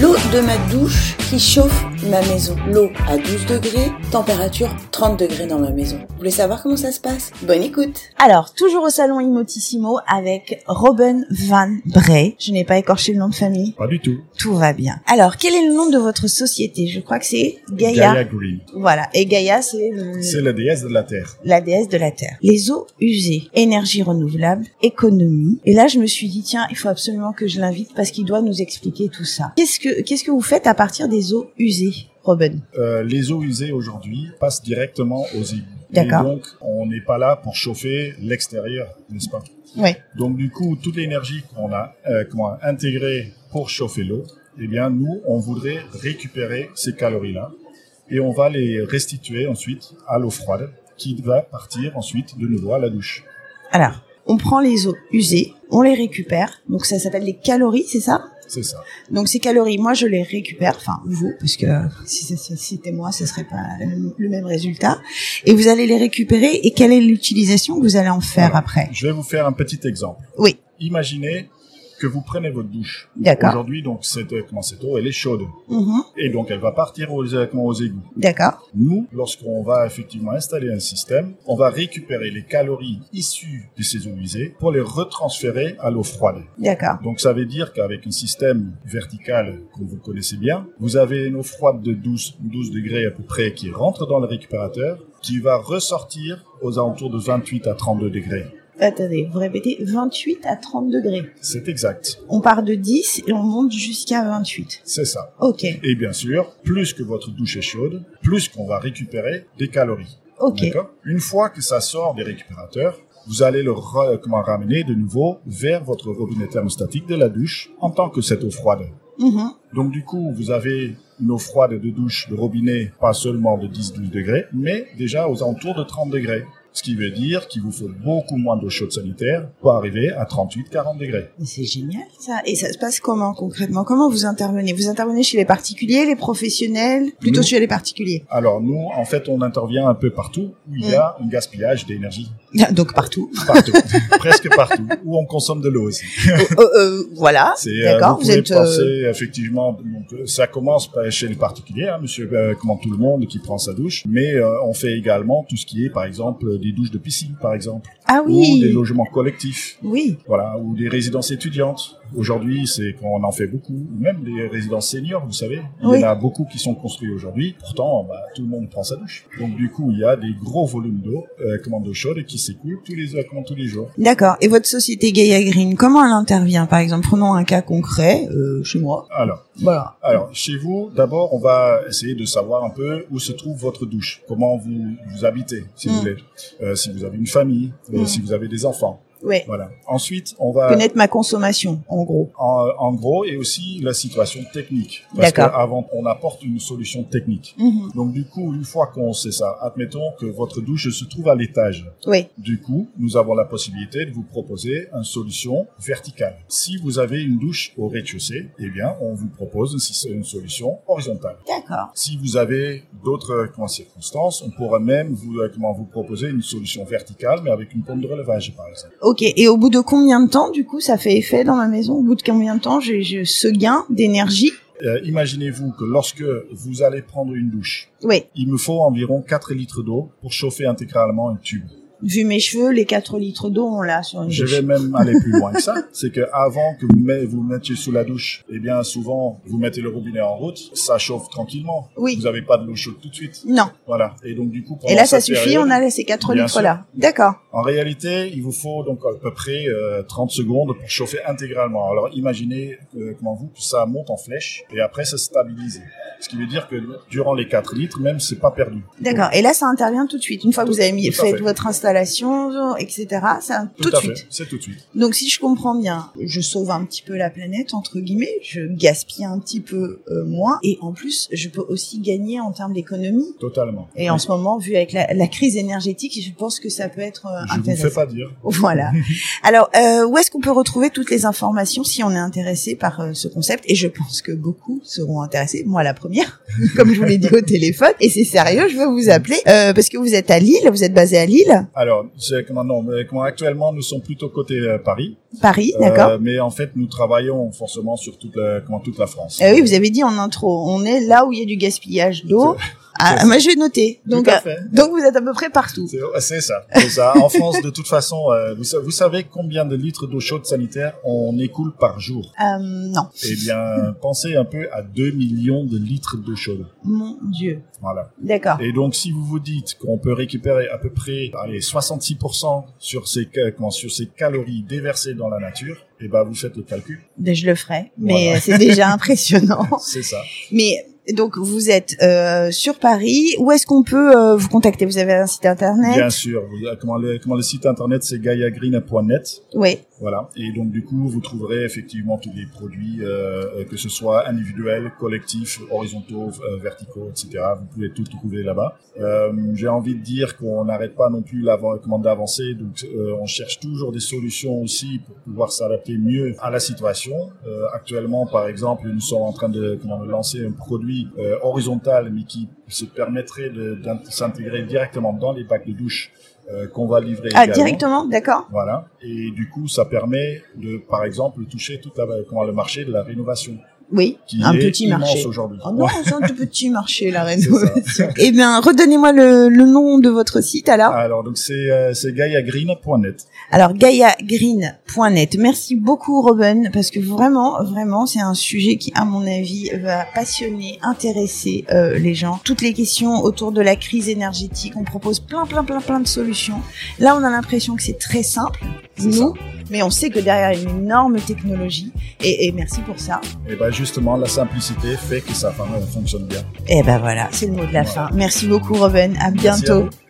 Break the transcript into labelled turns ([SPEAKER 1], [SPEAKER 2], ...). [SPEAKER 1] de ma douche qui chauffe ma maison. L'eau à 12 degrés, température 30 degrés dans ma maison. Vous voulez savoir comment ça se passe Bonne écoute
[SPEAKER 2] Alors, toujours au salon Imotissimo avec Robin Van Bray. Je n'ai pas écorché le nom de famille.
[SPEAKER 3] Pas du tout.
[SPEAKER 2] Tout va bien. Alors, quel est le nom de votre société Je crois que c'est Gaïa.
[SPEAKER 3] Gaia Green.
[SPEAKER 2] Voilà. Et Gaïa, c'est le-
[SPEAKER 3] C'est la déesse de la Terre.
[SPEAKER 2] la déesse de la Terre. Les eaux usées, énergie renouvelable, économie. Et là, je me suis dit, tiens, il faut absolument que je l'invite parce qu'il doit nous expliquer tout ça. Qu'est-ce que, qu'est-ce que vous faites à partir des eaux usées, Robin?
[SPEAKER 3] Euh, les eaux usées aujourd'hui passent directement aux îles.
[SPEAKER 2] D'accord.
[SPEAKER 3] Et donc, on n'est pas là pour chauffer l'extérieur, n'est-ce pas
[SPEAKER 2] Ouais.
[SPEAKER 3] Donc, du coup, toute l'énergie qu'on a, euh, qu'on a intégrée pour chauffer l'eau, eh bien, nous, on voudrait récupérer ces calories-là et on va les restituer ensuite à l'eau froide qui va partir ensuite de nouveau à la douche.
[SPEAKER 2] Alors, on prend les eaux usées, on les récupère. Donc ça s'appelle les calories, c'est ça
[SPEAKER 3] C'est ça.
[SPEAKER 2] Donc ces calories, moi je les récupère, enfin vous, parce que si ça- si c'était moi, ce serait pas le même- le même résultat. Et vous allez les récupérer. Et quelle est l'utilisation que vous allez en faire
[SPEAKER 3] Alors,
[SPEAKER 2] après
[SPEAKER 3] Je vais vous faire un petit exemple.
[SPEAKER 2] Oui.
[SPEAKER 3] Imaginez que vous prenez votre douche.
[SPEAKER 2] D'accord.
[SPEAKER 3] Aujourd'hui, donc, cette, euh, comment, cette eau, elle est chaude.
[SPEAKER 2] Mhm.
[SPEAKER 3] Et donc, elle va partir aux, euh, comment, aux égouts.
[SPEAKER 2] D'accord.
[SPEAKER 3] Nous, lorsqu'on va effectivement installer un système, on va récupérer les calories issues de ces eaux usées pour les retransférer à l'eau froide.
[SPEAKER 2] D'accord.
[SPEAKER 3] Donc, ça veut dire qu'avec un système vertical que vous connaissez bien, vous avez une eau froide de 12, 12 degrés à peu près qui rentre dans le récupérateur, qui va ressortir aux alentours de 28 à 32 degrés.
[SPEAKER 2] Attendez, vous répétez 28 à 30 degrés.
[SPEAKER 3] C'est exact.
[SPEAKER 2] On part de 10 et on monte jusqu'à 28.
[SPEAKER 3] C'est ça.
[SPEAKER 2] Ok,
[SPEAKER 3] Et bien sûr, plus que votre douche est chaude, plus qu'on va récupérer des calories.
[SPEAKER 2] ok.
[SPEAKER 3] D'accord Une fois que ça sort des récupérateurs, vous allez le ra- comment, ramener de nouveau vers votre robinet thermostatique de la douche en tant que cette eau froide.
[SPEAKER 2] Mhm.
[SPEAKER 3] Donc du coup, vous avez une eau froide de douche de robinet pas seulement de 10-12 degrés, mais déjà aux alentours de 30 degrés. Ce qui veut dire qu'il vous faut beaucoup moins d'eau chaude sanitaire pour arriver à 38-40 degrés.
[SPEAKER 2] Mais C'est génial ça. Et ça se passe comment concrètement Comment vous intervenez Vous intervenez chez les particuliers, les professionnels Plutôt
[SPEAKER 3] Nous.
[SPEAKER 2] chez les particuliers.
[SPEAKER 3] Alors nous, en fait, on intervient un peu partout où il y a un gaspillage d'énergie.
[SPEAKER 2] Donc partout.
[SPEAKER 3] Partout, presque partout, où on consomme de l'eau aussi.
[SPEAKER 2] Euh, euh, voilà.
[SPEAKER 3] C'est, euh,
[SPEAKER 2] D'accord.
[SPEAKER 3] vous
[SPEAKER 2] Vous
[SPEAKER 3] pouvez
[SPEAKER 2] êtes. euh,
[SPEAKER 3] penser, effectivement, donc, euh, ça commence par- chez les particuliers, hein, monsieur, euh, comment tout le monde qui prend sa douche, mais euh, on fait également tout ce qui est, par exemple, euh, des douches de piscine, par exemple,
[SPEAKER 2] Ah
[SPEAKER 3] ou des
[SPEAKER 2] oui.
[SPEAKER 3] logements collectifs,
[SPEAKER 2] Oui.
[SPEAKER 3] voilà, ou des résidences étudiantes. Aujourd'hui, c'est qu'on en fait beaucoup, ou même des résidences seniors, vous savez. Il
[SPEAKER 2] Oui.
[SPEAKER 3] y en a beaucoup qui sont construits aujourd'hui, pourtant, bah, tout le monde prend sa douche. Donc, du coup, il y a des gros volumes d'eau, euh, comment d'eau chaude, qui s'écoulent tous les, euh, comment, tous les jours.
[SPEAKER 2] D'accord. Et votre société Gaia Green, comment elle intervient Par exemple, prenons un cas concret euh, chez moi.
[SPEAKER 3] Alors.
[SPEAKER 2] Voilà.
[SPEAKER 3] Alors, chez vous, d'abord, on va essayer de savoir un peu où se trouve votre douche, comment vous, vous habitez, si
[SPEAKER 2] Mm.
[SPEAKER 3] vous voulez, Euh, si vous avez une famille, euh,
[SPEAKER 2] Mm.
[SPEAKER 3] si vous avez des enfants.
[SPEAKER 2] Ouais.
[SPEAKER 3] Voilà. Ensuite, on va
[SPEAKER 2] Connaître ma consommation, en gros.
[SPEAKER 3] en, en gros et aussi la situation technique, parce
[SPEAKER 2] D'accord.
[SPEAKER 3] qu'avant, on apporte une solution technique.
[SPEAKER 2] Mhm.
[SPEAKER 3] Donc, du coup, une fois qu'on sait ça, admettons que votre douche se trouve à l'étage.
[SPEAKER 2] Oui.
[SPEAKER 3] Du coup, nous avons la possibilité de vous proposer une solution verticale. Si vous avez une douche au rez-de-chaussée, eh bien, on vous propose une- une solution horizontale.
[SPEAKER 2] D'accord.
[SPEAKER 3] Si vous avez d'autres euh, comment, circonstances, on pourra même vous, euh, comment, vous proposer une solution verticale, mais avec une pompe de relevage, par exemple.
[SPEAKER 2] Ok. Et au bout de combien de temps, du coup, ça fait effet dans ma maison Au bout de combien de temps, j'ai j'ai ce gain d'énergie
[SPEAKER 3] Euh, Imaginez-vous que lorsque vous allez prendre une douche,
[SPEAKER 2] Oui.
[SPEAKER 3] il me faut environ 4 litres d'eau pour chauffer intégralement un tube.
[SPEAKER 2] Vu mes cheveux, les 4 litres d'eau, on l'a sur une
[SPEAKER 3] Je
[SPEAKER 2] douche.
[SPEAKER 3] vais même aller plus loin que ça. C'est que avant que vous met- vous mettiez sous la douche, eh bien, souvent, vous mettez le robinet en route, ça chauffe tranquillement.
[SPEAKER 2] Oui.
[SPEAKER 3] Vous n'avez pas de l'eau chaude tout de suite.
[SPEAKER 2] Non.
[SPEAKER 3] Voilà. Et donc, du coup,
[SPEAKER 2] Et
[SPEAKER 3] pendant
[SPEAKER 2] là, ça
[SPEAKER 3] cette
[SPEAKER 2] suffit,
[SPEAKER 3] période-
[SPEAKER 2] on a ces 4
[SPEAKER 3] Bien
[SPEAKER 2] litres-là. D'accord.
[SPEAKER 3] En réalité, il vous faut donc à peu près euh, 30 secondes pour chauffer intégralement. Alors imaginez euh, comment vous que ça monte en flèche et après ça stabilise. Ce qui veut dire que durant les 4 litres, même c'est pas perdu.
[SPEAKER 2] D'accord. Et là, ça intervient tout de suite. Une fois que vous avez mis,
[SPEAKER 3] Tout à
[SPEAKER 2] fait
[SPEAKER 3] fait.
[SPEAKER 2] votre installation, etc., ça, tout,
[SPEAKER 3] Tout,
[SPEAKER 2] de
[SPEAKER 3] à
[SPEAKER 2] suite.
[SPEAKER 3] fait, c'est tout de suite.
[SPEAKER 2] Donc, si je comprends bien, je sauve un petit peu la planète, entre guillemets, je gaspille un petit peu euh, moins, et en plus, je peux aussi gagner en termes d'économie.
[SPEAKER 3] Totalement.
[SPEAKER 2] Et en ce moment, vu avec la, la crise énergétique, je pense que ça peut être euh,
[SPEAKER 3] Je vous
[SPEAKER 2] intéressant.
[SPEAKER 3] fais pas dire.
[SPEAKER 2] Voilà. Alors, euh, où est-ce qu'on peut retrouver toutes les informations si on est intéressé par euh, ce concept Et je pense que beaucoup seront intéressés. Moi, la première. bien, comme je vous l'ai dit au téléphone. Et c'est sérieux, je veux vous appeler euh, parce que vous êtes à Lille, vous êtes basé à Lille,
[SPEAKER 3] Alors, c'est comment non, mais comment actuellement nous sommes plutôt côté euh, Paris,
[SPEAKER 2] Paris,
[SPEAKER 3] Euh,
[SPEAKER 2] d'accord
[SPEAKER 3] mais en fait nous travaillons forcément sur toute la, comment, toute la France.
[SPEAKER 2] Euh, Oui, vous avez dit en intro, on est là où il y a du gaspillage d'eau. Ah,
[SPEAKER 3] c'est-
[SPEAKER 2] moi, je vais noter.
[SPEAKER 3] Tout
[SPEAKER 2] Donc,
[SPEAKER 3] à
[SPEAKER 2] euh,
[SPEAKER 3] fait.
[SPEAKER 2] donc vous êtes à peu près partout.
[SPEAKER 3] C'est- C'est ça, c'est ça. En France, de toute façon, euh, vous, sa- vous savez combien de litres d'eau chaude sanitaire on écoule par jour
[SPEAKER 2] Euh, non,
[SPEAKER 3] Eh bien, pensez un peu à 2 millions de litres d'eau chaude.
[SPEAKER 2] mon Dieu.
[SPEAKER 3] Voilà.
[SPEAKER 2] D'accord.
[SPEAKER 3] Et donc, si vous vous dites qu'on peut récupérer à peu près allez, 66% sur ces, ca- comment, sur ces calories déversées dans la nature, eh ben, vous faites le calcul.
[SPEAKER 2] Ben, je le ferai, mais
[SPEAKER 3] Voilà.
[SPEAKER 2] euh, c'est déjà impressionnant.
[SPEAKER 3] C'est ça.
[SPEAKER 2] Mais donc vous êtes euh, sur Paris. Où est-ce qu'on peut euh, vous contacter Vous avez un site internet
[SPEAKER 3] Bien sûr. vous- euh, Comment le, comment le site internet, c'est gaiagreen.net.
[SPEAKER 2] Oui.
[SPEAKER 3] Voilà. Et donc, du coup, vous trouverez effectivement tous les produits, euh, que ce soit individuels, collectifs, horizontaux, euh, verticaux, etc. Vous pouvez tout trouver là-bas. Euh, J'ai envie de dire qu'on n'arrête pas non plus la commande avancée. Donc, euh, on cherche toujours des solutions aussi pour pouvoir s'adapter mieux à la situation. Euh, actuellement, par exemple, nous sommes en train de, comment, de lancer un produit euh, horizontal, mais qui se permettrait de, d'int- s'intégrer directement dans les bacs de douche euh, qu'on va livrer
[SPEAKER 2] Ah
[SPEAKER 3] également.
[SPEAKER 2] directement, d'accord.
[SPEAKER 3] Voilà. Et du coup, ça permet de, par exemple, toucher tout la, comment, le marché de la rénovation,
[SPEAKER 2] Oui,
[SPEAKER 3] qui
[SPEAKER 2] un
[SPEAKER 3] est
[SPEAKER 2] petit
[SPEAKER 3] immense
[SPEAKER 2] marché.
[SPEAKER 3] aujourd'hui.
[SPEAKER 2] Oh non,
[SPEAKER 3] Ouais,
[SPEAKER 2] c'est un tout petit marché la
[SPEAKER 3] c'est
[SPEAKER 2] rénovation.
[SPEAKER 3] ça.
[SPEAKER 2] Eh bien, redonnez-moi le, le nom de votre site alors.
[SPEAKER 3] Alors, donc, c'est euh, c'est gaiagreen.net.
[SPEAKER 2] Alors GaiaGreen.net. Merci beaucoup Robin parce que vraiment, vraiment, c'est un sujet qui, à mon avis, va passionner, intéresser euh, les gens. Toutes les questions autour de la crise énergétique, on propose plein, plein, plein, plein de solutions. Là, on a l'impression que c'est très simple,
[SPEAKER 3] C'est
[SPEAKER 2] nous, mais on sait que derrière il y a une énorme technologie. Et, et merci pour ça.
[SPEAKER 3] Et ben justement, la simplicité fait que ça enfin, fonctionne bien.
[SPEAKER 2] Et ben voilà, c'est le mot de la fin.
[SPEAKER 3] Voilà.
[SPEAKER 2] Merci beaucoup Robin. À
[SPEAKER 3] Merci à
[SPEAKER 2] bientôt.
[SPEAKER 3] vous.